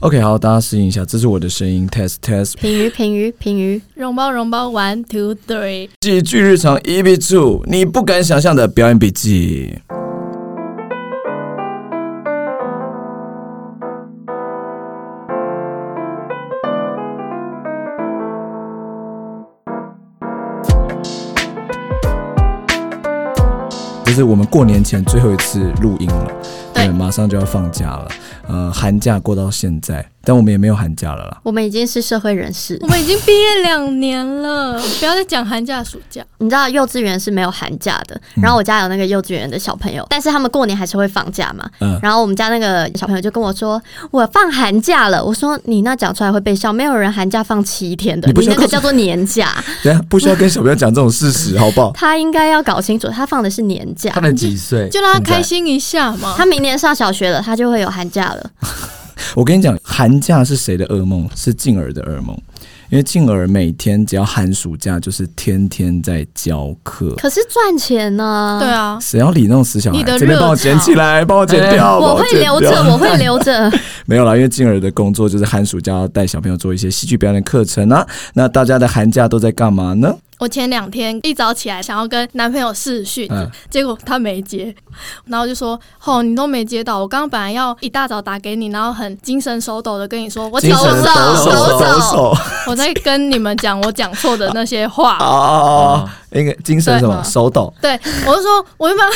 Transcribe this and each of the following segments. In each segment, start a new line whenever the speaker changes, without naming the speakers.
OK，好，大家适应一下，这是我的声音。Test test，
平鱼平鱼平鱼，
容包容包，one two three。
喜剧日常 EP Two，你不敢想象的表演笔记。这是我们过年前最后一次录音了，
对
马上就要放假了。呃，寒假过到现在，但我们也没有寒假了啦。
我们已经是社会人士
我。们已经毕业两年了，不要再讲寒假暑假。
你知道幼稚园是没有寒假的，
嗯
然后我家有那个幼稚园的小朋友，但是他们过年还是会放假嘛。
嗯
然后我们家那个小朋友就跟我说：“我放寒假了。”我说：“你那讲出来会被笑，没有人寒假放七天的，
你
你
不是要
那个
告诉
叫做年假。
等一 下不需要跟小朋友讲这种事实，好 不好”？
他应该要搞清楚，他放的是年假
他。们几岁？
就让他
现在
开。心一下嘛。
他明年上小学了，他就会有寒假了。
我跟你讲，寒假是谁的噩梦？是静儿的噩梦，因为静儿每天只要寒暑假，就是天天在教课。
可是赚钱呢？
对啊，
谁要理那种死小孩？
你的
这边
热
帮我捡
潮
起来，哎帮我捡掉，帮
我会
剪
留
掉
着，我会留 着。
没有啦，因为静儿的工作就是寒暑假要带小朋友做一些戏剧表演的课程啊。那大家的寒假都在干嘛呢？
我前两天一早起来想要跟男朋友视讯，
嗯
结果他没接，然后就说：“哦，你都没接到，我刚刚本来要一大早打给你，然后很精神手抖的跟你说，我
精
早
神
抖
抖
上
擞
抖
抖
擞
擞
我在跟你们讲我讲错的那些
啊
话。”
啊啊！那个精神什么
对
手抖，
对，我就说，我原本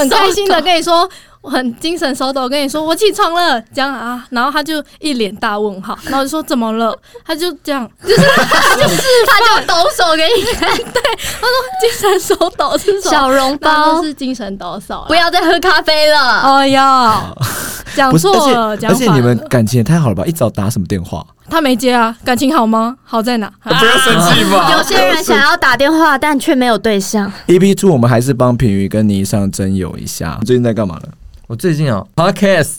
很开心的跟你说。我很精神手抖，跟你说我起床了，这样啊，然后他就一脸大问号，然后我就说怎么了？他就这样，
他就抖手给你看，
精 神手抖是什么？
小笼
那
包
就，是精神抖擞啦。啊
不要再喝咖啡了。
哎呀， 讲
不是？
错了，
而且
讲
而且
反
你们
了
感情也太好了吧？一早打什么电话？
他没接啊，感情好吗？好在哪？
不要生气吧
有些人想要打电话，但却没有对象。
EP E Two，我们还是帮平宇跟倪尚真友一下。最近在干嘛呢？
我最近哦，podcast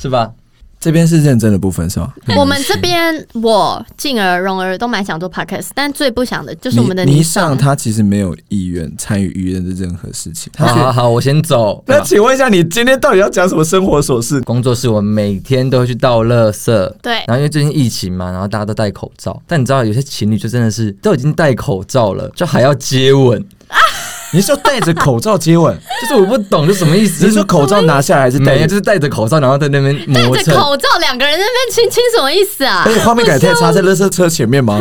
是吧？
这边是认真的部分是吗？
我们这边，我静儿、蓉儿都蛮想做 podcast，但最不想的就是我们的
倪倪
你
尚他其实没有意愿参与愚人的任何事情。
好好好，我先走。
那请问一下，你今天到底要讲什么生活琐 事？
工作室我每天都会去倒垃圾，
对
然后因为最近疫情嘛，然后大家都戴口罩，但你知道有些情侣就真的是都已经戴口罩了，就还要接吻，
你是要戴着口罩接吻？
就是我不懂这什么意思。
你是说口罩拿下来还是戴
没有，
着
就？是戴着口罩，然后在那边
戴
磨
着
蹭。
哎口罩，两个人在那边亲亲，什么意思啊
而？且哎画面感也太差，在垃圾车前面吗？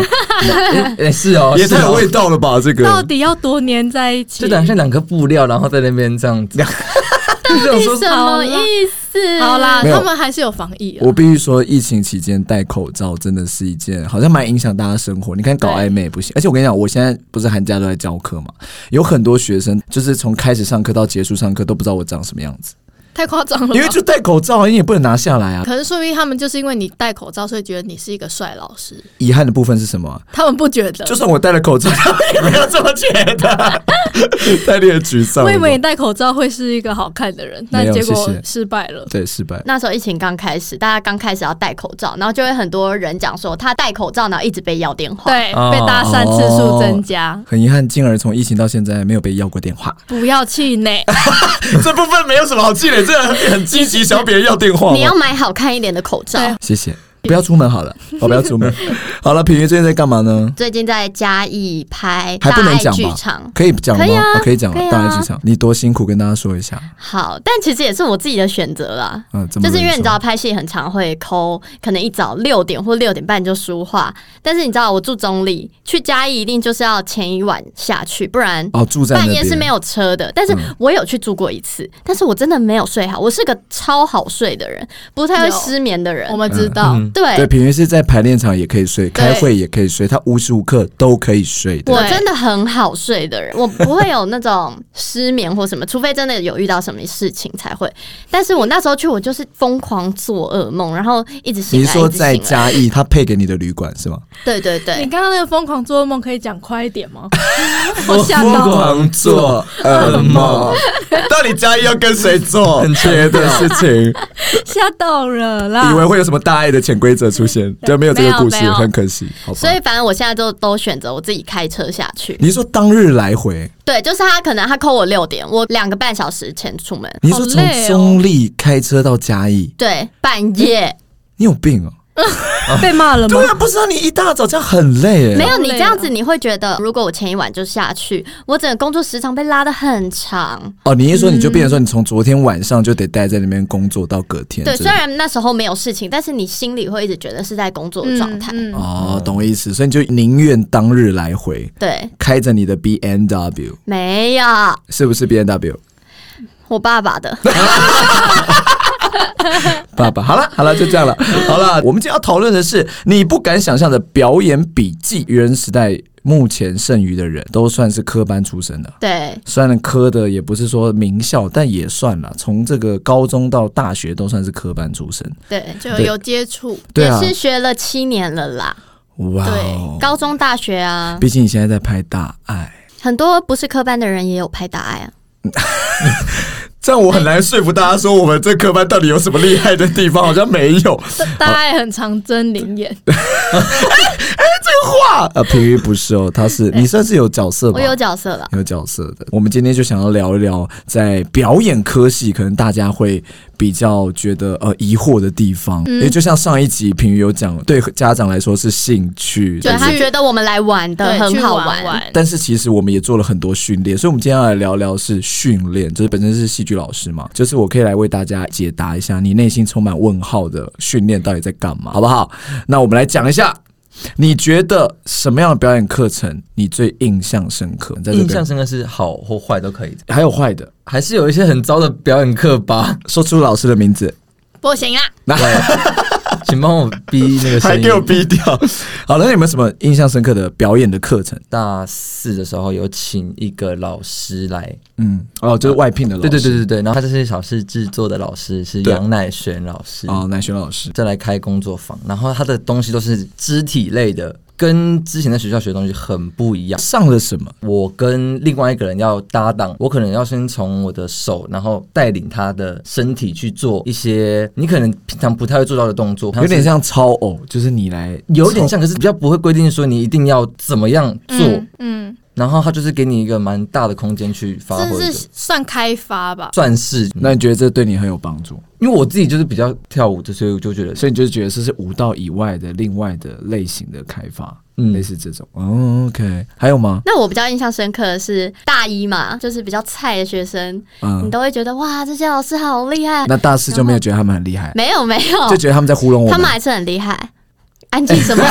哎、是哦，
也
是
太有
哦
味道了吧！这
到
个
底要多黏在一起
就？两像两颗布料，然后在那边 这样子。就是这种说
什么意思？
好啦，
没有
他们还是有防疫啊
我。必须说，疫情期间戴口罩真的是一件好像蛮影响大家生活。你看搞
对
暧昧也不行，而且我跟你讲，我现在不是寒假都在教课嘛，有很多学生就是从开始上课到结束上课都不知道我长什么样子，
太夸张了吧
因为就戴口罩，你也不能拿下来啊。
可是说明他们就是因为你戴口罩，所以觉得你是一个帅老师。
遗憾的部分是什么啊？
他们不觉得
就，算我戴了口罩， 他们也没有这么觉 得，太令人沮丧
我以
了吧。
为你戴口罩会是一个好看的人，
没
但
有
结果
谢谢
失败了。
对失败。
那时候疫情刚开始，大家刚开始要戴口罩，然后就会很多人讲说他戴口罩，然后一直被要电话。，
对，
哦
被搭讪次数增加，
很遗憾，静儿从疫情到现在没有被要过电话。
不要气 馁。
这部分没有什么好气馁，这很积极，想要别人要电话
你要买好看一点的口罩。
对
谢谢，不要出门 好了，我不要出门。好了，品瑜最近在干嘛呢？
最近在嘉义拍
还
大
不能
爱
讲
剧
吧
场，
可以讲吗？
可以啊
哦可以讲了
可以啊
大爱剧场，你多辛苦，跟大家说一下。
好，但其实也是我自己的选择啦。
嗯，怎么
就是因为
忍
你
受
知道，拍戏很常会抠，可能一早六点或六点半就梳化，但是你知道我住中立，去嘉义一定就是要前一晚下去，不然
哦，住在那
半夜
边嗯
是没。有车的。但是我有去住过一次，但是我真的没有睡好，我是个超好睡的人，不太会
有
失眠的人
我。们知道，
嗯
对，
对，品瑜是在排练场也可以睡，开会也可以睡，他无时无刻都可以睡的。
我真的很好睡的人，我不会有那种失眠或什么，除非真的有遇到什么事情才会。但是我那时候去，我就是疯狂做噩梦，然后一直醒
你
来，
是说
一直
在
醒来。
嘉义，他配给你的旅馆是吗？
对对对
你，刚刚那个疯狂做梦可以讲快一点吗？
我
我吓到了。
狂做噩 梦， 到底嘉义要跟谁 做很缺的事情？
吓到了啦！
以为会有什么大爱的潜规则出 现，就没有这个故
没
事，
有
很可惜。好吧
所以反正我现在就都选择我自己开车下去。
你是说当日来回，
对，就是他可能他扣我六点，我两个半小时前出门。
你是说
好
从
累哦
中立开车到嘉义，
对，半夜
你有病哦、
被骂了吗
对？啊，不是啊，你一大早这样很累哎、
没有
好
你
累
这样子，你会觉得，如果我前一晚就下去，
嗯
我整个工作时长被拉得很长。
哦，你一说你就变成说你从昨天晚上就得待在那边工作到隔天，
对，
这
虽然那时候没有事情，但是你心里会一直觉得是在工作的状态。
嗯嗯
哦，懂我意思，所以你就宁愿当日来回，
对，
开着你的 B N W，
没有
是不是 B N W？
我爸 爸的，
爸 爸，好了好了，就这样了，好了，我们今天要讨论的是你不敢想象的表演笔记。愚人时代目前剩余的人都算是科班出身的。
对
虽然科的也不是说名校，但也算了。从这个高中到大学都算是科班出身，
对，
就
对
有接触，
对啊
也，是学了七年了啦。
哇哦
对，，高中、大学啊，
毕竟你现在在拍大爱，
很多不是科班的人也有拍大爱啊。
这样我很难说服大家说我们这科班到底有什么厉害的地方，好像没 有
大概很常睁灵眼，
哇。呃，平鱼不是哦，他是你算是有角色吧？
我有角色了，
有角色的。我们今天就想要聊一聊在表演科系，可能大家会比较觉得呃疑惑的地方，
嗯
因为就像上一集平鱼有讲，对家长来说是兴趣，
对
但是
他觉得我们来玩的
对，
很
去
好
玩玩。
但是其实我们也做了很多训练，所以我们今天要来聊聊是训练，就是本身是戏剧老师嘛，就是我可以来为大家解答一下你内心充满问号的训练到底在干嘛，好不好？那我们来讲一下，你觉得什么样的表演课程你最印象深刻？在这
印象
边
深刻是好或坏都可以，
还有坏的，
还是有一些很糟的表演课吧？
说出老师的名 字，
不行啦，
那
请帮我逼那个声音。
逼掉。 好了，那有没有什么印象深刻的表演的课程？
大四的时候有请一个老师来，
嗯，哦，就是外聘的老师，
对对对对对，然后他这是小事制作的老师是
对
杨乃璇老师，
哦，南轩老师，
再来开工作坊，然后他的东西都是肢体类的，跟之前在学校学的东西很不一样。
上了什么？
我跟另外一个人要搭档，我可能要先从我的手，然后带领他的身体去做一些你可能平常不太会做到的动作，
有点。像超偶，就是你来，
有点像，可是比较不会规定说你一定要怎么样做，
嗯嗯，
然后他就是给你一个蛮大的空间去发挥
这
的，
是算开发吧？
算是。那
那你觉得这对你很有帮助？
因为我自己就是比较跳舞的，所以我就 觉得
所以你就是觉得这是舞蹈以外的另外的类型的开发，
嗯
类似这种。哦 OK，还有吗？
那我比较印象深刻的是大一嘛，就是比较菜的学生，你
嗯，
都会觉得哇，这些老师好厉害。
那大四就没有觉得他们很厉害，
没有没有，
就觉得他们在糊弄我
他们还是很厉害。安静什么？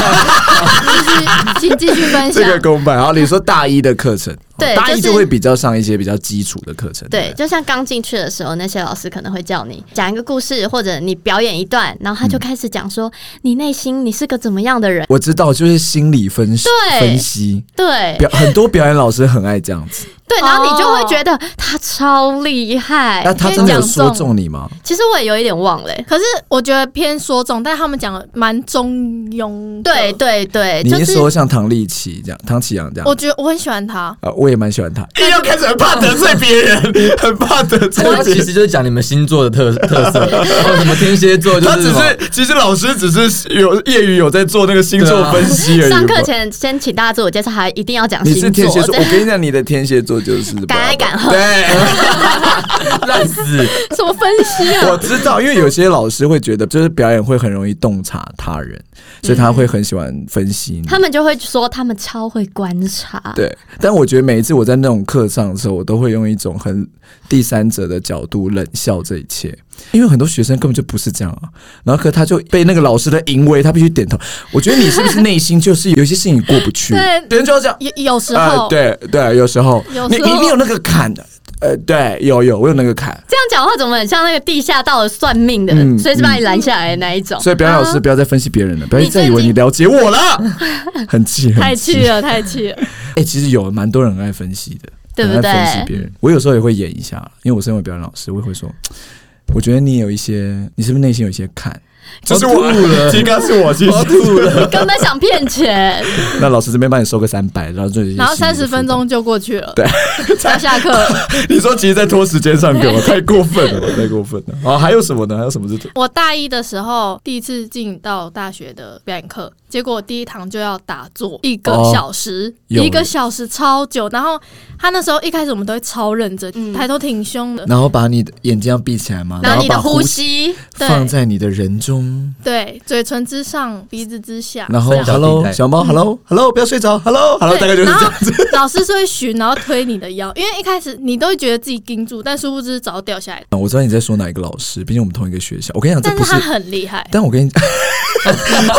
请继续分享。
公版，然后你说大一的课程，
对
大一
就是
就会比较上一些比较基础的课程，
对，就像刚进去的时候，那些老师可能会叫你讲一个故事，或者你表演一段，然后他
嗯
就开始讲说、你内心你是个怎么样的人。
我知道，就是心理分析
对
分析，
对
表很多表演老师很爱这样子。
对，
哦
然后你就会觉得他超厉害。
那他真的有说中你吗？
其实我也有一点忘了、欸
可是我觉得偏说中，但他们讲的蛮中庸的。
对，对对，
你
就是是
说像唐立奇这样，唐启阳这样？
我觉得我很喜欢他。
呃，我也蛮喜欢他。又要开始很怕得罪别人， 很怕得罪
他其实就是讲你们星座的特特色，然后什么天蝎座哦就是什么，
其实老师只是有业余有在做那个星
座分
析
上课前先请大家自我介绍，还一定要讲
你
星
是
座。
天蝎座，
这
我跟你讲，你的天蝎座就是
敢爱敢恨
对，
烂死。
什么分析啊？
我知道，因为有些老师会觉得，就是表演会很容易洞察他人，所以他会很喜欢分析你。
他们就会说他们超会观察。
对，但我觉得每一次我在那种课上的时候，我都会用一种很第三者的角度冷笑这一切，因为很多学生根本就不是这样啊。然后可他就被那个老师的淫威，他必须点头。我觉得你是不是内心就是有一些事情过不 去？
对
别人就要这样。
有有时
啊、
候，
对对，有时候
有
你
时
你
候哦
你有那个坎的，呃，对，有有我有那个坎，
这样讲话怎么很像那个地下道的算命的，
嗯
随时把你拦下来的那一种？
所以表演老
啊
师不要再分析别人了，不要再以为你了解我 了，很气，很
太气了，太气了。
哎、其实有蛮多人很爱分析的，
对不
很
对
爱分析别人，我有时候也会演一下，因为我身为表演老师，我也会说，我觉得你有一些，你是不是内心有一些坎？
这是我吐了
应该是我， 其实。
你根本想骗钱，
那老师这边帮你收个三百，然后就已经
然后
心里
三
就
十分
负
钟就过去了，
对，
要下课了。
担。你说其实在拖时间上课吗？太过分了吧，太过分了。啊，还有什么呢？还有什么是？
我大一的时候第一次进到大学的表演课，结果我第一堂就要打坐一个小时，
哦有
一个小时超久。然后他那时候一开始我们都会超认真，抬头挺胸的，
然后把你的眼睛要闭起来吗？
然后你的
把
呼吸，
对
放在你的人中，咚，
对，嘴唇之上，鼻子之下，
然后
这样
hello
带
小猫 hello hello 不要睡着 hello hello
啊对
大概就是这样子。
老师是会寻，然后推你的腰，因为一开始你都会觉得自己盯住，但殊不知早就掉下来了。
我知道你在说哪一个老师，毕竟我们同一个学校。我跟你讲，这
但
不
是
是
他很厉害，
但我 跟你，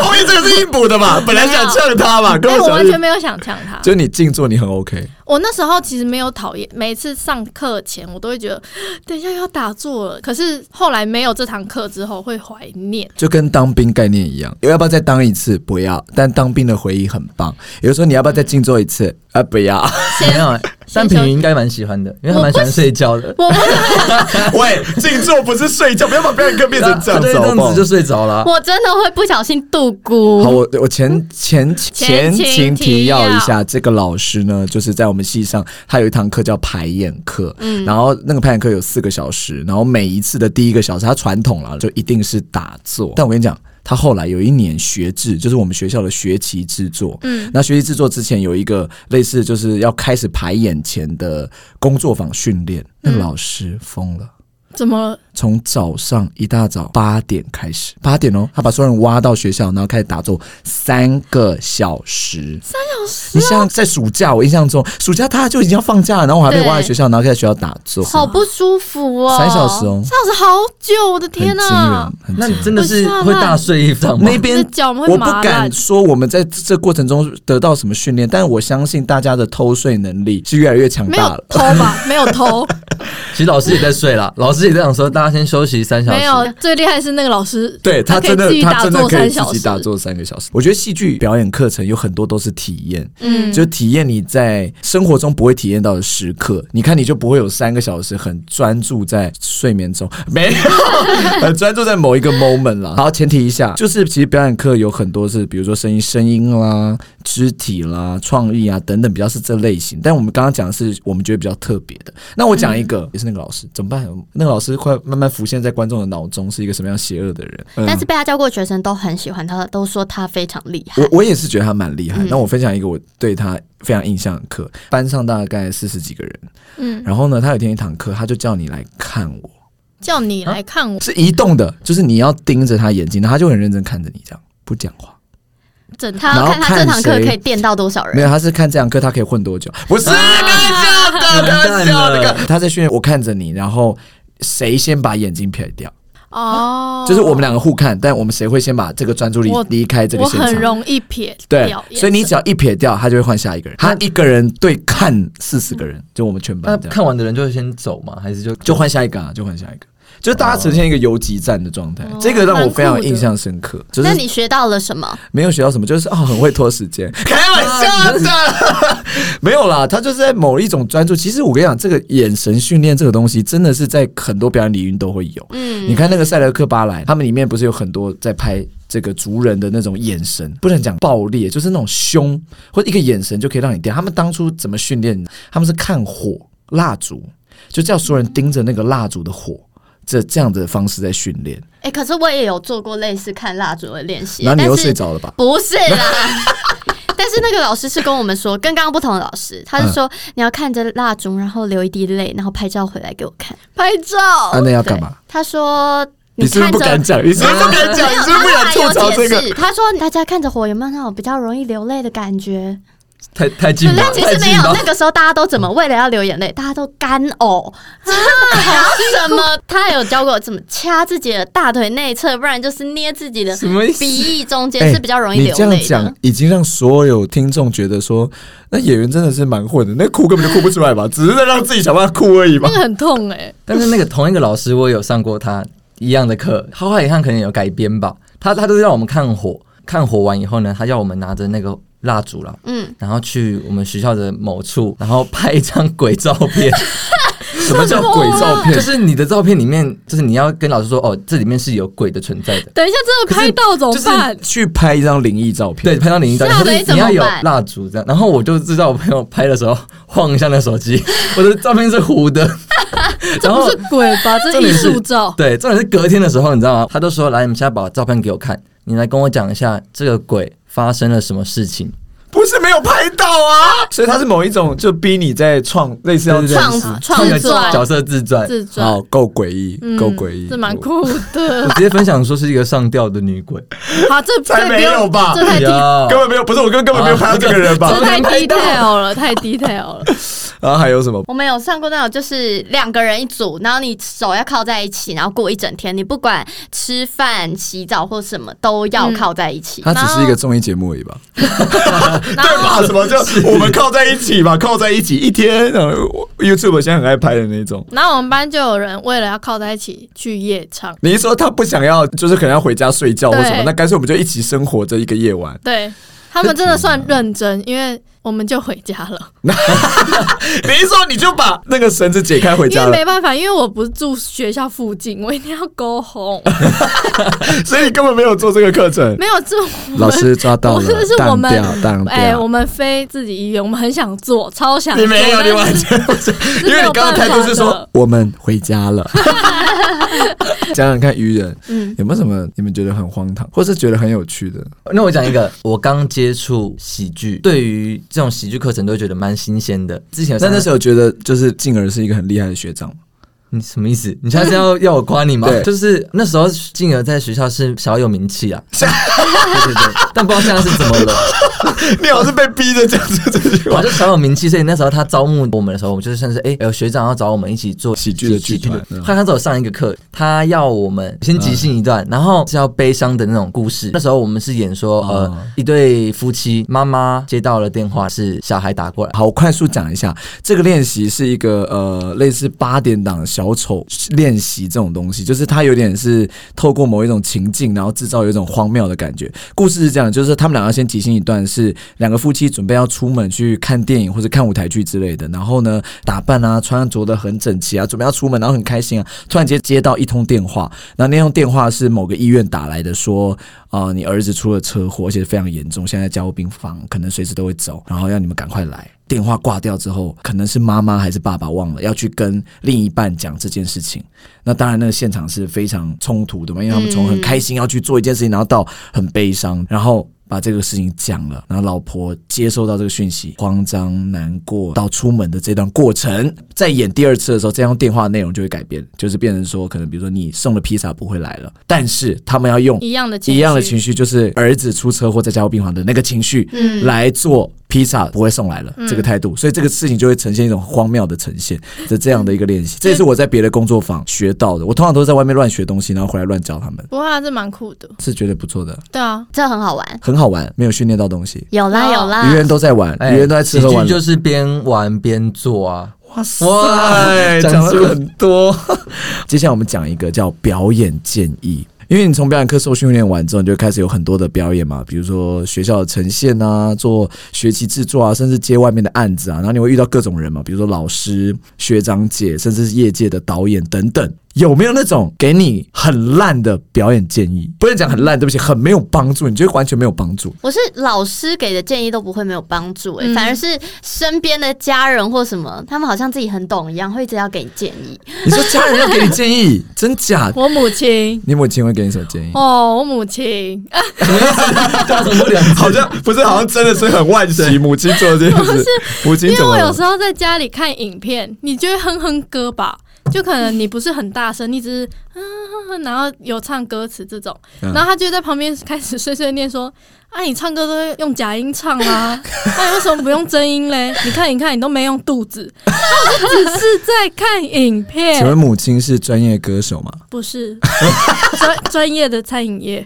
后面这个是硬补的嘛，本来想呛他嘛，根
哎、
本
我
想
完全没有想呛他。
就是你静坐，你很 OK，
我那时候其实没有讨厌，每次上课前我都会觉得， 等一下又要打坐了。可是后来没有这堂课之后，会怀念。
就跟当兵概念一样。要不要再当一次？不要。但当兵的回忆很棒。有时候你要不要再静坐一次？啊，不要。
没有欸，但平云应该蛮喜欢的，因为他蛮喜欢睡觉的。
我不是，
喂，静坐不是睡觉，不要把别人课变成这
他
样
就
子，
这
好不
样
好
子就？睡着了。
我真的会不小心度
好，
孤。
我我前前前
前
情
情
提
提
要一
要
下，这个老师呢，就是在我们系上，他有一堂课叫排演课，然后那个排演课有四个小时，然后每一次的第一个小时，他传统了就一定是打坐，但我跟你讲。他后来有一年学制，就是我们学校的学期制作。嗯，那学期制作之前有一个类似，就是要开始排演前的工作坊训练。那个老师疯了，
怎么了？
从早上一大早八点开始，八点哦，他把所有人挖到学校，然后开始打坐三个小时。三小
啊
时、你像在暑假，我印象中暑假他就已经要放假了，然后我还被
对
挖在学校，然后开始学校打坐，
好不舒服 哦，
三小时哦，
这样子好久，我的天啊
很惊人，很
哪、
那
惊
你
人
真的是会大睡一场吗
那？
你的
边
脚们会
我不
麻烂
敢。说我们在这过程中得到什么训练，但我相信大家的偷睡能力是越来越强
没
大
有
了。
偷吧？没有 偷，
其实老师也在睡啦，老师也在想说大家先休息三小时。
没有。最厉害的是那个老师，
对他
他
真的
可以自己，
他
打
真的
坐
可以
三
自
小
己
时。
打坐三个小时。我觉得戏剧表演课程有很多都是体验，
嗯，
就体验你在生活中不会体验到的时刻。你看，你就不会有三个小时很专注在睡眠中， 没有很专注在某一个 moment 啦。好，前提一下，就是其实表演课有很多是，比如说声音、声音啦、肢体啦、创意啊等等，比较是这类型。但我们刚刚讲的是我们觉得比较特别的。那我讲一个，也是那个老师，怎么办？那个老师快慢慢浮现在观众的脑中，是一个什么样邪恶的人？嗯
但是被他教过的学生都很喜欢他，都说他非常厉害
我。我也是觉得他蛮厉害。
嗯
那、我分享一个我对他非常印象的课，班上大概四十几个人，
嗯，
然后呢，他有一天一堂课，他就叫你来看我，
叫你来看我，
是移动的，就是你要盯着他眼睛，然后他就很认真看着你，这样不讲话。
整
他
然
要
后
看他这堂课
看谁
可以电到多少
没
人，
有，他是看这堂课他可以混多久，不是开玩笑的，开玩笑的。他在训练我看着你，然后。谁先把眼睛撇掉？
哦，
啊就是我们两个互看，但我们谁会先把这个专注力
我
离开这个
我
现场？
很容易撇
对
掉，眼神，
所以你只要一撇掉，他就会换下一个人。他一个人对看四十个人，就我们全
那
班这样，
看完的人就会先走吗？还是就
就换下一个啊，就换下一个，就是大家呈现一个游击战的状态
哦，
这个让我非常
蛮酷的
印象深刻。就
那
是
你学到了什么？
没有学到什么，就是哦， 很会拖时间，开玩笑的， 没有啦，他就是在某一种专注。其实我跟你讲，这个眼神训练这个东西，真的是在很多表演领域都会有。
嗯
你，看那个塞德克巴莱，他们里面不是有很多在拍这个族人的那种眼神，不能讲暴烈，就是那种凶或者一个眼神就可以让你掉。他们当初怎么训练？他们是看火蜡烛，就叫所有人盯着那个蜡烛的火。这这样的方式在训练，
哎、可是我也有做过类似看蜡烛的练习，
然后你又
但是
睡着了吧？
不是啦。 但是那个老师是跟我们说，跟刚刚不同的老师，他是说、
嗯
你要看着蜡烛，然后流一滴泪，然后拍照回来给我看。
拍照
啊，。那要干嘛？
对？他说
你是不是
看
不
着
敢讲？你是不是不敢讲？你
没有，
是不是不想
他后
吐槽
来有
这
解
个？
释，他说大家看着火有没有那种比较容易流泪的感觉？
太太近了
但？其
太
实没
近
有，
了
那。个时候大家都怎么为了要流眼泪，大家都干呕， 然后什么他有教过我怎么掐自己的大腿内侧，不然就是捏自己的
什么意思
鼻翼中
哎
间是比较容易
你
流
这样
泪的
讲。已经让所有听众觉得说，那演员真的是蛮混的，那哭根本就哭不出来吧，只是在让自己想办法哭而已吧
那。个很痛哎、
但是那个同一个老师，我有上过他一样的课，《浩瀚遗憾》可能有改编吧。他他都是让我们看火，看火完以后呢，他要我们拿着那个蜡烛啦，
嗯，
然后去我们学校的某处，然后拍一张鬼照 片。
什么
啊
叫鬼照片
就？是你的照片里面，就是你要跟老师说，哦，这里面是有鬼的存在的。
等一下真的拍到怎么办？
去拍一张灵异照片，
对，拍到灵异照片，
吓
可
得
是
你怎
你
么
要有
办
蜡烛这样。然后我就知道我朋友拍的时候晃一下那手机，我的照片是糊的。然
这
哦
后
不是鬼吧？这是
重
艺
点是
术照，
对，重点是隔天的时候，你知道吗？他都说来，你们现在把照片给我看，你来跟我讲一下这个鬼发生了什么事情。
不是没有拍到啊，所以它是某一种就逼你在创类似要
对对对
创创
这个
作
角色自传，
自传
好，够诡异，够诡异，
这蛮酷的。
我直接分享说是一个上吊的女鬼，
好，这
才
这不
没
用
有吧
这太低，
呀
啊根本没有，不是我根根本没有拍到这个人吧
这？太 detail 了，太 detail 了。
然后还有什么？
我们有上过那种，就是两个人一组，然后你手要靠在一起，然后过一整天，你不管吃饭、洗澡或什么都要靠在一起。
它嗯只是一个综艺节目而已吧？
然
对
后
吧？什么叫我们靠在一起吧？靠在一起一天呃我，YouTube 现在很爱拍的那种。
然后我们班就有人为了要靠在一起去夜唱，
你一说他不想要，就是可能要回家睡觉或什么，
对
那干脆我们就一起生活这一个夜晚。
对他们真的算认真，因为我们就回家了，
你一说你就把那个绳子解开回
因
家
为
了，
没办法，因为我不是住学校附近，我一定要 go home。
所以你根本没有做这个课程。
没有这种
老师抓到
我
了，
是我
当
们
掉，当掉。
哎、我们非自己医院，我们很想做，超想做
你没有，
但
你
是
完全不 是，因为你刚刚态度是
没有办
说
法的
我们回家了。 讲讲看，愚人
嗯，
有没有什么你们觉得很荒唐，或是觉得很有趣的？
那我讲一个，我刚接触喜剧，对于这种喜剧课程都觉得蛮新鲜的。之前有
那
上
那时候觉得就是静儿是一个很厉害的学长吗，
你什么意思？你现在是要要我夸你吗
对？
就是那时候静儿在学校是小有名气 啊，对对对，但不知道现在是怎么了。
你好像是被逼着讲出这句
我。就小有名气，所以那时候他招募我们的时候，我们就是算是哎、有学长要找我们一起做
喜剧的剧团
喜剧
嗯嗯
后来他只有上一个课，他要我们先即兴一段，然后是要悲伤的那种故事。那时候我们是演说呃、
哦
一对夫妻，妈妈接到了电话，是小孩打过来。
好，我快速讲一下，这个练习是一个呃类似八点档小丑练习这种东西，就是它有点是透过某一种情境，然后制造有一种荒谬的感觉。故事是这样，就是他们两个先即兴一段，是两个夫妻准备要出门去看电影或者看舞台剧之类的，然后呢打扮啊，穿着的很整齐啊，准备要出门，然后很开心啊，突然间接到一通电话，然后那通电话是某个医院打来的，说啊、呃你儿子出了车祸，而且非常严重，现在在加护病房，可能随时都会走，然后要你们赶快来。电话挂掉之后，可能是妈妈还是爸爸忘了要去跟另一半讲这件事情。那当然，那个现场是非常冲突的嘛，因为他们从很开心要去做一件事情，然后到很悲伤，然后把这个事情讲了，然后老婆接收到这个讯息，慌张、难过到出门的这段过程，在演第二次的时候，这通电话内容就会改变，就是变成说，可能比如说你送的披萨不会来了，但是他们要用
一样的情
一样的情
绪，
绪，就是儿子出车祸在加护病房的那个情绪，
嗯
来做披萨不会送来了、这个态度，所以这个事情就会呈现一种荒谬的呈现的这样的一个练习。这也是我在别的工作坊学到的，我通常都是在外面乱学东西，然后回来乱教他们，
不过还是蛮酷的。
是觉得不错的，
对啊，
这很好玩。
很好玩，没有训练到东西。
有啦
哦
有啦
别，人都在玩，别
哎
人都在吃喝玩
喜剧
乐
就。是边玩边做啊，
哇
哇
讲
讲出
了很多。 接下来我们讲一个叫表演建议。因为你从表演课受训练完之后，你就开始有很多的表演嘛，比如说学校的呈现啊，做学习制作啊，甚至接外面的案子啊，然后你会遇到各种人嘛，比如说老师、学长姐，甚至是业界的导演等等。有没有那种给你很烂的表演建议？不能讲很烂，对不起，很没有帮助，你觉得完全没有帮助。
我是老师给的建议都不会没有帮助、欸，
嗯
反而是身边的家人或什么，他们好像自己很懂一样，会一直要给你建议。
你说家人要给你建 议，真假？
我母亲
你母亲会给你什么建议？
哦，我母亲，啊
大什么两
好像不是，好像真的是很惋惜母亲做这件事。母亲
因为
怎么
我
了
有时候在家里看影片，你就会哼哼歌吧。就可能你不是很大声，你只是嗯，然后有唱歌词这种，
嗯
然后他就在旁边开始碎碎念说：“啊，你唱歌都会用假音唱 啊，那、你为什么不用真音嘞？你看，你看，你都没用肚子，那我就只是在看影片
请。”问母亲是专业歌手吗？
不是专专业的餐饮业。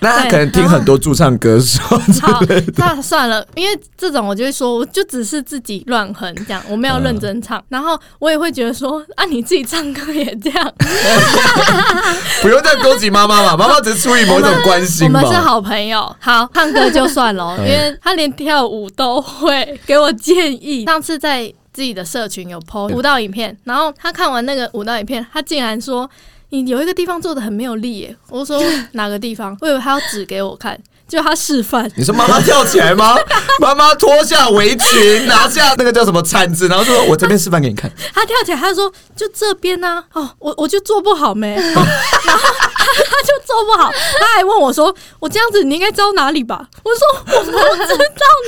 那她可能听很多驻唱歌 手。
好，那算了，因为这种我就会说，我就只是自己乱哼这样，我没有认真唱。然后我也会觉得说，啊，你自己唱歌也这样，
不用再勾起妈妈 嘛，妈妈只是出于某种关
我
心
们是
吧。
好朋友。好，唱歌就算了哦，因为他连跳舞都会给我建议。上次在自己的社群有 PO 舞蹈影片，然后他看完那个舞蹈影片，他竟然说。你有一个地方做的很没有力耶！我说哪个地方？我以为他要指给我看，就他示范，
你说妈妈跳起来 吗？妈妈脱下围裙，拿下那个叫什么铲子，然后说：“我这边示范给你 看。
他跳起来，他说就这边呐、啊，哦，我我就做不好没，哦然后他就做不好。他还问我说：“我这样子你应该知道哪里吧？”我说：“我不知道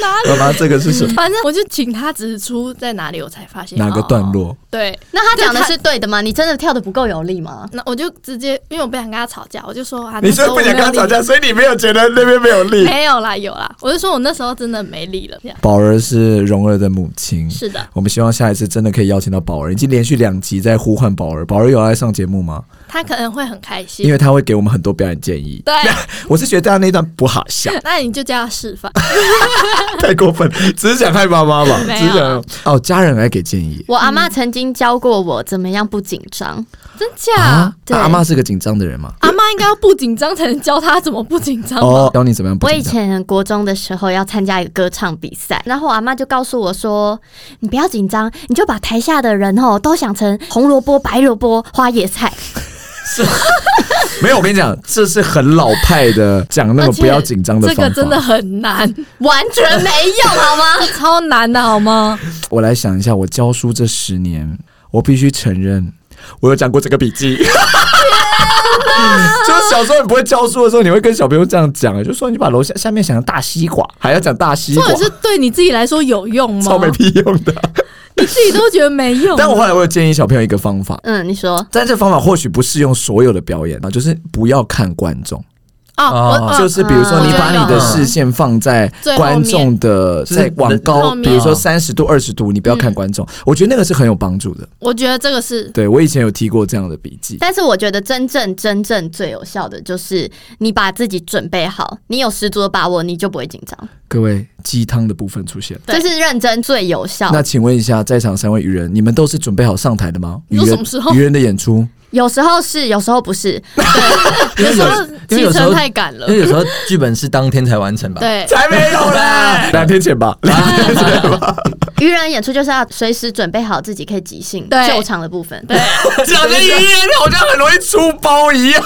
哪里。
妈妈，这个是什”么？
反正我就请他指出在哪里，我才发现哦
哪个段落？
对。
那他讲的是对的吗？你真的跳的不够有力吗？
那我就直接，因为我不想跟他吵架，我就说啊，
你
那时
是
候
不想
我没
跟
有
他吵
力
架，所以你没有觉得那边没有力。
没有啦，有啦，我就说我那时候真的没力了，这样
宝儿是蓉儿的母亲，
是的，
我们希望下一次真的可以邀请到宝儿，已经连续两集在呼唤宝儿。宝儿有来上节目吗？
他可能会很开
因
心。
为他会给我们很多表演建议。
对，
我是觉得他那段不好笑，
那你就叫他示范。
太过分，只是想害妈妈吧，
没有
只是想哦，家人来给建议
我阿妈曾经教过我怎么样不紧张，
真假？
啊。
对
阿妈是个紧张的人吗？
阿妈应该要不紧张才能教他怎么不紧张吧？
哦，教你怎么样不
我以
紧张？
前国中的时候要参加一个歌唱比赛，然后我阿妈就告诉我说：“你不要紧张，你就把台下的人哦都想成红萝卜、白萝卜、花椰菜。
没有，我跟你讲，这是很老派的讲那
而
个
且
不要紧张的
这
方法。
个真的很 难，”
完全没用，好 吗？
啊超难的好吗？
我来想一下，我教书这十年，我必须承认，我有讲过这个笔记。 就是小时候你不会教书的时候，你会跟小朋友这样讲，就说你把楼下下面想成大西瓜，还要讲大西
重
瓜，
点是对你自己来说有用吗
超？没屁用的。
你自己都觉得没用。
但我后来我有建议小朋友一个方法，
嗯，你说
但这方法或许不适用所有的表演啊，就是不要看观众，
啊，我
哦
啊
就是比如说
嗯
你把你的
嗯
视线放在
嗯最后
观
面
众的，
就是
在往高，
后面嗯
比如说三十度、二十度，你不要看观众，我觉得那个是很有帮助的。
我觉得这个是
对我以前有提过这样的笔记。
但是我觉得真正真正最有效的就是你把自己准备好，你有十足的把握，你就不会紧张。
各位鸡汤的部分出现。
对
这是认真最有效。
那请问一下，在场三位愚人，你们都是准备好上台的吗？愚
你说
人
什么时候
愚人的演出，
有时候是，有时候不是。
因为
时
有
候
因为
骑
有时候
车太赶了
因。为有时候剧本是当天才完成吧？，
对，
才没有嘞， 两天前吧。
愚人演出就是要随时准备好自己可以即兴
对
救场的部分。
讲的愚人好像很容易出包一样，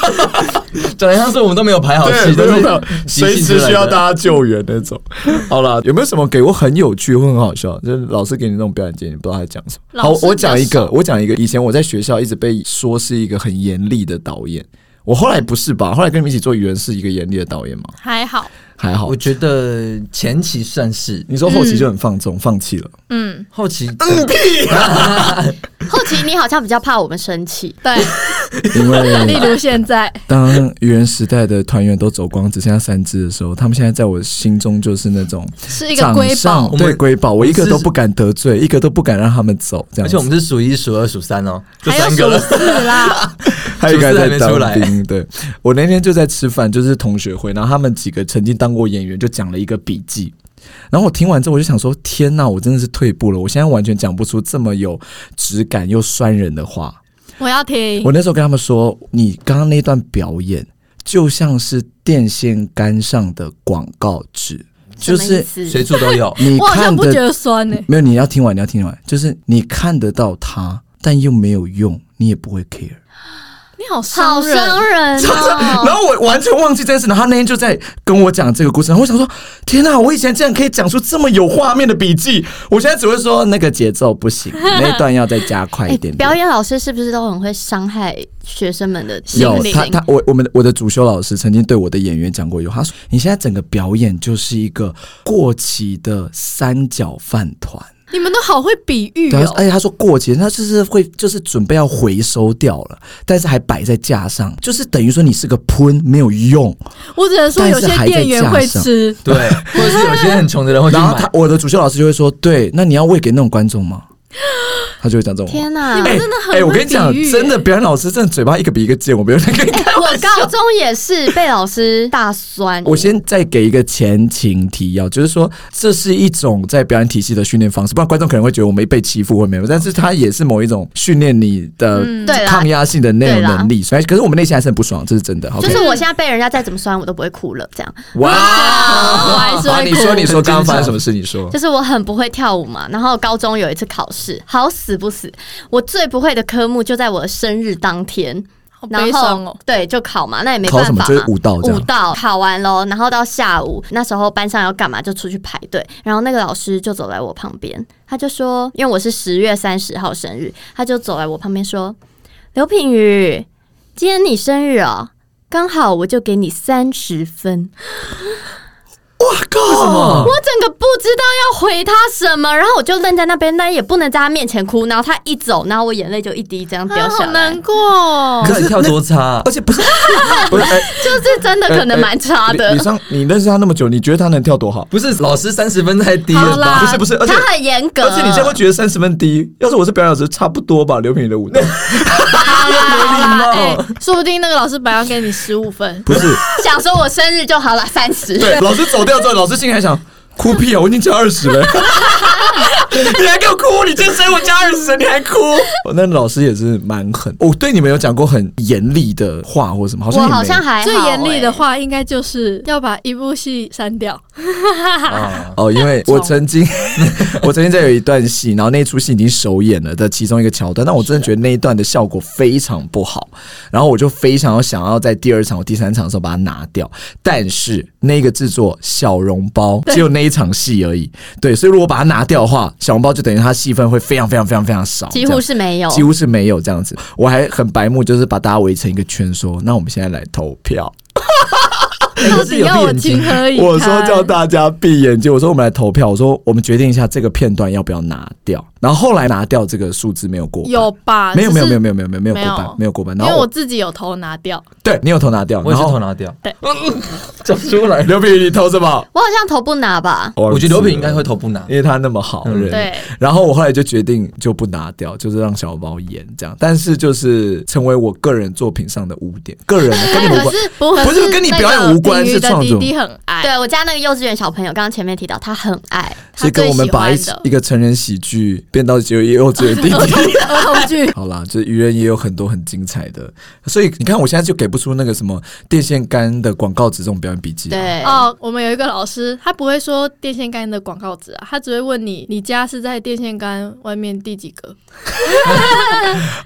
讲来像是我们都没有排好
对，
戏，
没
都
有
是
没有，
即兴
随时
出来
需要
的
大家救援那种。好了，有没有什么给我很有趣或很好笑？就是老师给你那种表演建议，你不知道他在讲什么。好
老师比，较
我讲一个，我讲一个。以前我在学校一直被说是一个很严厉的导演，我后来不是吧？后来跟你们一起做愚人是一个严厉的导演吗？
还好，
还好
我，觉得前期算是，
你说后期就很放纵，放弃了。
嗯，
后期
后期你好像比较怕我们生气，
对。
因
例
为
如现在，
当愚人时代的团员都走光，只剩下三只的时候，他们现在在我心中就是那种
是一个
掌
瑰
上
宝，
我们
对瑰宝，我一个
是
都不敢得罪，一个都不敢让他们走，这
而
样子。
且我们是数一、数二、数三哦，就
还有
三
数
个了。
字啦，
还有一个还在
主持人
当
还没
兵。对我那天就在吃饭，就是同学会，然后他们几个曾经当过演员，就讲了一个笔记。然后我听完之后，我就想说：天呐，我真的是退步了！我现在完全讲不出这么有质感又酸人的话。
我要听
我。那时候跟他们说，你刚刚那段表演就像是电线杆上的广告纸，就
什么意
是。
思
随处都有
你
我好像
看
不觉
的
得酸欸呢、
没有，你要听完，你要听完，就是你看得到它，但又没有用，你也不会 care。
你好
好
伤人，
伤人 哦。
然后我完全忘记这件事，然后他那天就在跟我讲这个故事，然后我想说，天哪、我以前竟然可以讲出这么有画面的笔记，我现在只会说那个节奏不 行，那段要再加快一
哎
点点。
表演老师是不是都很会伤害学生们的心
有
灵？
他他我我们的我的主修老师曾经对我的演员讲过一句话，他说：“你现在整个表演就是一个过期的三角饭团。
你们都好会比喻
对，他啊哎说
哦、
而且他说过期，他就是会就是准备要回收掉了，但是还摆在架上，就是等于说你是个喷没有用。
我只能说有些店员会吃，
对，或者是有些很穷的人会去
然后 他
买，
我的主修老师就会说：“对，那你要喂给那种观众吗？”他就会讲这种话。
天哪！
你
哎
们真的很
哎、我
会
跟你讲
比，喻
真的，表演老师真的嘴巴一个比一个贱，我没有在跟你
哎我高中也是被老师大酸，
我先再给一个前情提要，就是说这是一种在表演体系的训练方式，不然观众可能会觉得我没被欺负或没有，但是它也是某一种训练你的
对啦
抗压性的那种能力。所以，可是我们内心还是很不爽，这是真的。OK，
就是我现在被人家再怎么酸，我都不会哭了。这样，啊
哇，
我还是
好，
会
你
哭。
说你说刚刚发生什么事？你说
就是我很不会跳舞嘛。然后高中有一次考试，好死不死，我最不会的科目就在我的生日当天。
好
然
悲
后
伤哦、
对，就考嘛，那也没
考
办
什
法
么
嘛。
就是舞蹈这样
舞蹈考完喽，然后到下午，那时候班上要干嘛就出去排队，然后那个老师就走来我旁边，他就说，因为我是十月三十号生日，他就走来我旁边说，刘品宇，今天你生日哦，刚好我就给你三十分。
为什么？
我整个不知道要回他什么，然后我就愣在那边，但也不能在他面前哭。然后他一走，然后我眼泪就一滴这样掉
啊，好
下来，
难过哦、
你看你跳多差啊、
而且不是，不是，哎
就是真的可能蛮差
你
的。
你上你认识他那么久，你觉得他能跳多好？
不是老师三十分太低
好
了
啦
吧？
不是不是，而且
他很严格，
而且你现在会觉得三十分低，要是我是表演老师，差不多吧，刘品宇的舞 蹈
好啦好啦，
没
哦
哎、
礼貌
说不定那个老师本来要给你十五分，
不是。
想说我生日就好了，三十。
对，老师走掉之后，老师心里还想。哭屁啊！我已经加二十了， 你还给我哭？你今天生我加二十，你还哭？哦那老师也是蛮狠。我对你们有讲过很严厉的话或什么？好像
我
也没
好像还好
最严厉的
欸，
话应该就是要把一部戏删掉。
啊
哦，因为我曾经我曾经在有一段戏，然后那一出戏已经首演了的其中一个桥段，但我真的觉得那一段的效果非常不好，然后我就非常想要在第二场、第三场的时候把它拿掉，但是那个制作小笼包只有那一场戏而已，对，所以如果把它拿掉的话，小笼包就等于它戏份会非常非常非常非常少，
几
这样
乎是没有。
几乎是没有这样子。我还很白目，就是把大家围成一个圈说那我们现在来投票。
到
哎
哎可是
底
有
要
闭
我
眼
情
睛，
何以堪？
我说叫大家闭眼睛，我说我们来投票，我说我们决定一下这个片段要不要拿掉。然后后来拿掉这个数字没有过半，
有吧？
没有没有没有
有，
没有没有没有没有
没有
过半，没有过半。
因
然
为
后
我
我
自己有头拿掉，
对你有投拿掉，
我也
然
是头
后
拿掉，
对，
讲出来。
刘品宇你投什么？
我好像头不拿吧，
我
我
觉得刘品应该会，头不拿
因，为他那么好
嗯
人。
对，
然后我后来就决定就不拿掉，就是让小宝演这样，但是就是成为我个人作品上的污点，个 人跟你们无
可
关。
是
不
不是跟你表演无关
那
是
个
创作
品瑜的弟弟很爱，
对我家那个幼稚园小朋友，刚刚前面提到他很爱，
所以跟我们把一
他最喜欢的
一个成人喜剧变到只有幼稚园弟 弟。
儿童剧
好啦，这愚人也有很多很精彩的，所以你看我现在就给不出那个什么电线杆的广告词这种表演笔记、啊。，
对，
哦，我们有一个老师，他不会说电线杆的广告词啊，他只会问你，你家是在电线杆外面第几格？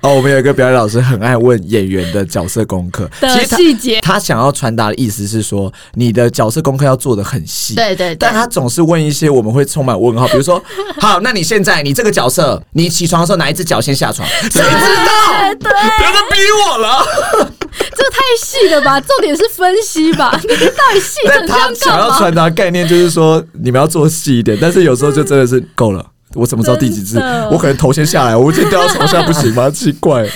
哦，我们有一个表演老师很爱问演员的角色功课，
的
其实
细 节
他他想要传达的意思是说，你的角色功课要做的很细。。
对对对
但。他总是问一些我们会充满问号，比如 说，好，那你现在你这个角色，你起床的时候哪一只脚先下床？谁知道？不要再逼我了。
这太细了吧？重点是分析 吧？你到底细
但
成这
他
样
想
干
要
嘛？
传达概念就是说，你们要做细一点，但是有时候就真的是够了。我怎么知道第几只
真的？
我可能头先下来，我就掉到床下不行吗？奇 怪。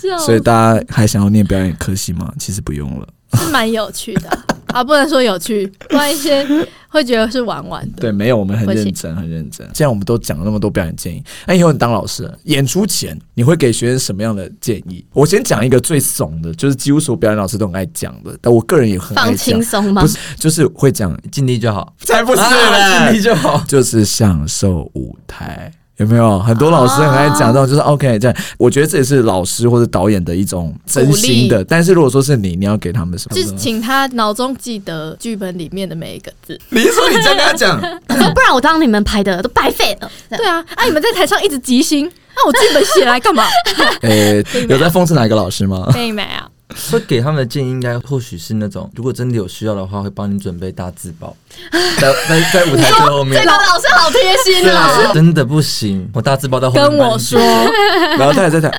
笑哦
所以大家还想要念表演科系吗？其实不用了。
是蛮有趣的啊，不能说有趣，不然一些会觉得是玩玩的。
对，没有，我们很
不行
认真，很认真。既然我们都讲了那么多表演建议，那以后你当老师了，演出前你会给学生什么样的建议？我先讲一个最怂的，就是几乎所有表演老师都很爱讲的，但我个人也很爱
放
讲
轻，松吗
不？是，就是会讲，
尽力就好，
才不是嘞
啊尽力就好。
就是享受舞台。有没有很多老师很爱讲
哦
到，就是 OK 这样，我觉得这也是老师或者导演的一种真心的。但是如果说是你，你要给他们什么
就
呢？
是请他脑中记得剧本里面的每一个字。
你是说你这样跟他 讲，
说不然我当你们排的都白费了。这样
对啊，啊，你们在台上一直即兴，那、我剧本写来干嘛？
诶、有在讽刺哪一个老师 吗？
妹妹啊，
会给他们的建议，应该或许是那种，如果真的有需要的话，会帮你准备大字 报，在在在舞台最后面
这个。老师好贴心
对啊
哦。
真的不行，我大字报到后面
跟我说，
然后他也在讲，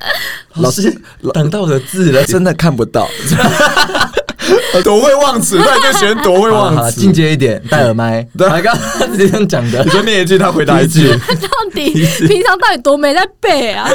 老师 等到我的字了，
真的看不 到，多会忘词，那这个学生多会
好好
忘
好
词
进。阶一点，戴耳麦。
对啊
还刚刚直接这样讲的
你，说念一句，他回答一句，
到底平常到底多没在背啊？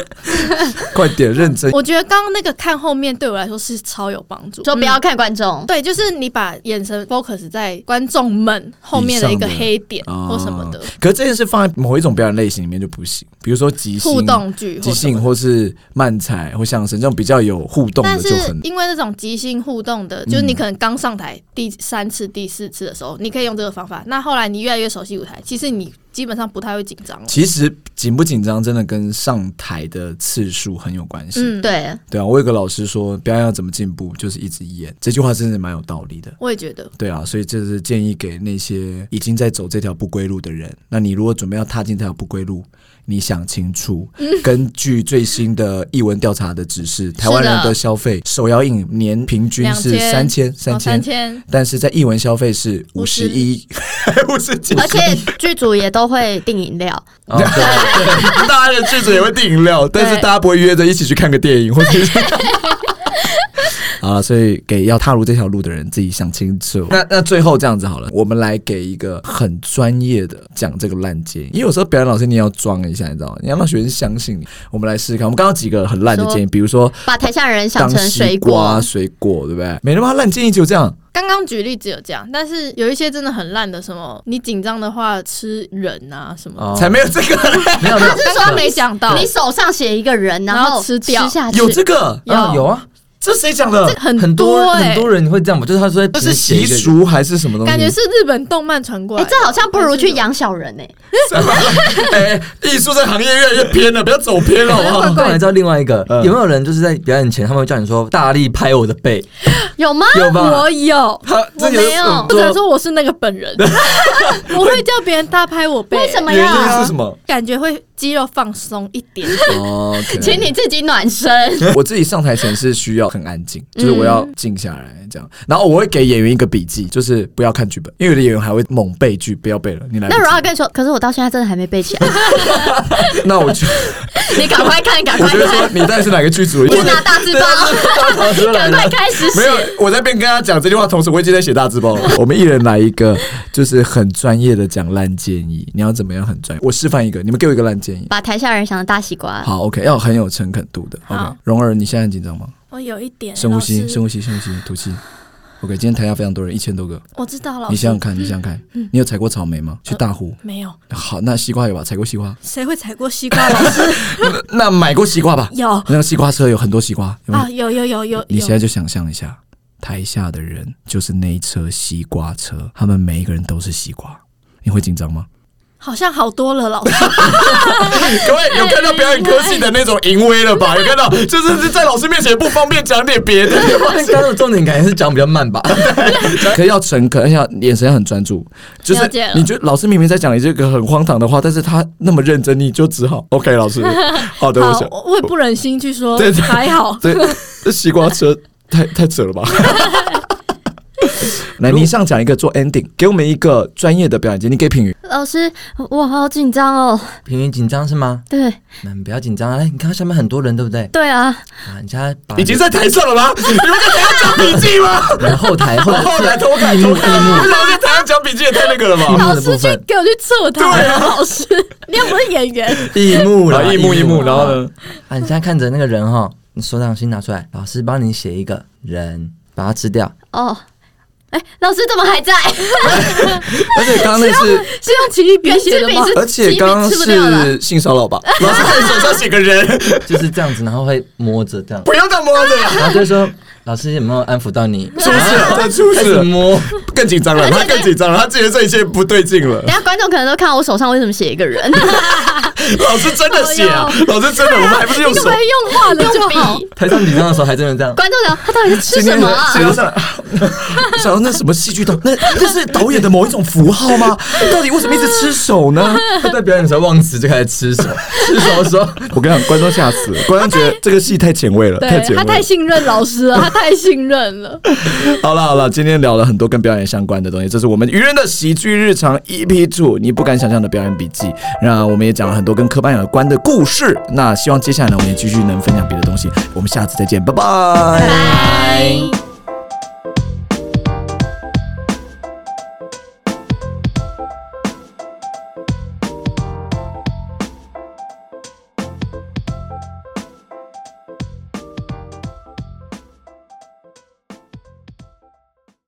快点认真。
我觉得刚刚那个看后面对我来说是超有帮助。嗯
说不要看观众，
对，就是你把眼神 focus 在观众们后面的一个黑点或什么的
哦可是这件事放在某一种表演类型里面就不行，比如说即兴
互动剧
即
或什么
兴
的。
或是慢踩或相声这种比较有互动
但
的
是
就很嗯
因为这种即兴互动的，就是你可能刚上台第三次、第四次的时候，你可以用这个方法。那后来你越来越熟悉舞台，其实你基本上不太会紧张了。
其实紧不紧张真的跟上台的次数很有关系。
嗯，，
对，
对啊，我有个老师说，表演要怎么进步，就是一直演，这句话真的蛮有道理的。
我也觉得。
对啊，所以这是建议给那些已经在走这条不归路的人。那你如果准备要踏进这条不归路，你想清楚。
嗯
根据最新的译文调查的指示，台湾人的消费手摇饮年平均是三
两
千
哦
三
三
千，
千，
但是在译文消费是五十一 五十几，
而且剧组也都会订饮料，
哦对
大家的剧组也会订饮料，但是大家不会约着一起去看个电影，或者是。 好了，所以给要踏入这条路的人自己想清楚。那那最后这样子好了，我们来给一个很专业的讲这个烂建议，因为有时候表演老师你也要装一下，你知道吗？你要让学生相信你。我们来试试看，我们刚刚有几个很烂的建议，比如说
把台下人想
当
成水
西瓜、
果，
水果，对不对？没那么烂建议就这样。
刚刚举例只有这样，但是有一些真的很烂的，什么你紧张的话吃人啊什么的。
哦
才没有这个，
没有没有
是
刚
说
刚没想到，
你手上写一个人，
然后
后
吃掉
下去，
有这个，
有
啊有啊，
这谁讲的？
很
很多
欸
很多人会这样吧，就是他说
这
这
是习，俗还是什么东西？
感觉是日本动漫传过
哎、
来的。
这好像不如去养小人哎、
哎，艺术这行业越来越偏了，不要走偏了，好不
我
好？
后来知道另外一个
嗯
有没有人就是在表演前他们会叫你说大力拍我的背，
有吗？
有吧？
我有，
他这呃嗯
我没有
很
不
多
能说我是那个本人， 我会叫别人大拍我背，
为什么
原因
呀
是？什么？
感觉会肌肉放松一点。
哦，
请你自己暖身。
我自己上台前是需要很安静，就是我要静下来这样。然后我会给演员一个笔记，就是不要看剧本，因为有的演员还会猛背剧，不要背了，你来不及。
那如果要跟你说，可是我到现在真的还没背起来，
那我就
你赶快看，赶
我
快
就说
看，
你到底是哪个剧组？
去拿大字报，
跑出来
赶
了
快开始写
啊没。有，我在边跟他讲这句话，同时我已经在写大字报 了。我们一人来一个，就是很专业的讲烂建议，你要怎么样很专业？我示范一个，你们给我一个烂建议。
把台下人想成大西瓜，
好，OK，要很有诚恳度的。
好
OK，蓉儿，你现在很紧张吗？
哦
我有一点
深呼吸，
老师
深呼吸，深呼吸，吐气。OK，今天台下非常多人，一千多个。
我知道了
你，想想看，你想想看，
嗯
你有采过草莓吗？去大湖。
没有，
好，那西瓜有吧？采过西瓜？
谁会踩过西瓜？老 师
那买过西瓜吧？
呃有
那个西瓜车有很多西瓜，有没
啊，
有？
有有有有
你现
有，
在就想象一下，台下的人就是那一车西瓜车，他们每一个人都是西瓜。你会紧张吗？
好像好多了，老师。
各位有看到表演科系的那种淫威了吧？有看到，就是在老师面前不方便讲点别的。
刚刚的重点感觉是讲比较慢吧，
可以要诚恳，而且要眼神要很专注。就是
了解了
你觉得老师明明在讲你这个很荒唐的话，但是他那么认真，你就只好 OK 老 师，好的，我
好
想，
我我也不忍心去说
对对，
还好。
这这西瓜车太太扯了 吧。来，你上讲一个做 ending，给我们一个专业的表演经历。你给品瑜，
老师，我好紧张哦。
平云紧张是吗？
对
嗯，不要紧张啊！哎，你看到下面很多人，对不对？
对啊，
啊，你现在把
已经在台上了吗？你们在台上讲笔记 吗？
你们后台后
我后来
台
偷看，
一
偷
幕
看，
一幕
我在台上讲笔记也太那个了吧？
幕
老
的
师
部
去
分，
给我去测他，
啊
老师，你又不是演员，
一幕
然
了，
后啊一幕一幕，然后呢？
啊，你现在看着那个人哈，你手掌心拿出来，老师帮你写一个人，把它吃掉。
哦。哎、老师怎么还在？
而且刚刚那是
是用奇异笔
原
写
子
的
笔
吗？
是
而且刚刚
吃不掉了。
是性骚扰吧？老师在手上写个人，
就是这样子，然后会摸着 这样，
不要再摸着
啊
了，
然后就说老师有没有安抚到你？啊
出事了，这出
开
事
始
了，
摸，
更紧张了，他更紧张了，他觉得这一切不对劲了
等。一下观众可能都看我手上为什么写一个 人，哎
老师真的写啊，老师真的，我 们还不是用
你可
手
不可。以用画的就
用
好？
笔。
台上紧张的时候还真的这 样。
观众聊他到底在吃什么、啊？
谁要上来？想到那什么戏剧导，那那是导演的某一种符号吗？到底为什么一直吃手呢？
他在表演的时候忘词就开始吃手，吃手说
我跟你讲，观众吓死了， 观众觉得这个戏太前卫了，太前卫
对他
了
太。信任老师了，他太信任了。
好了好了，今天聊了很多跟表演相关的东西，这是我们愚人的喜剧日常 EP Two，你不敢想象的表演笔记。那我们也讲了很多跟科班有关的故事。那希望接下来呢，我们也继续能分享别的东西。我们下次再见，拜拜
拜。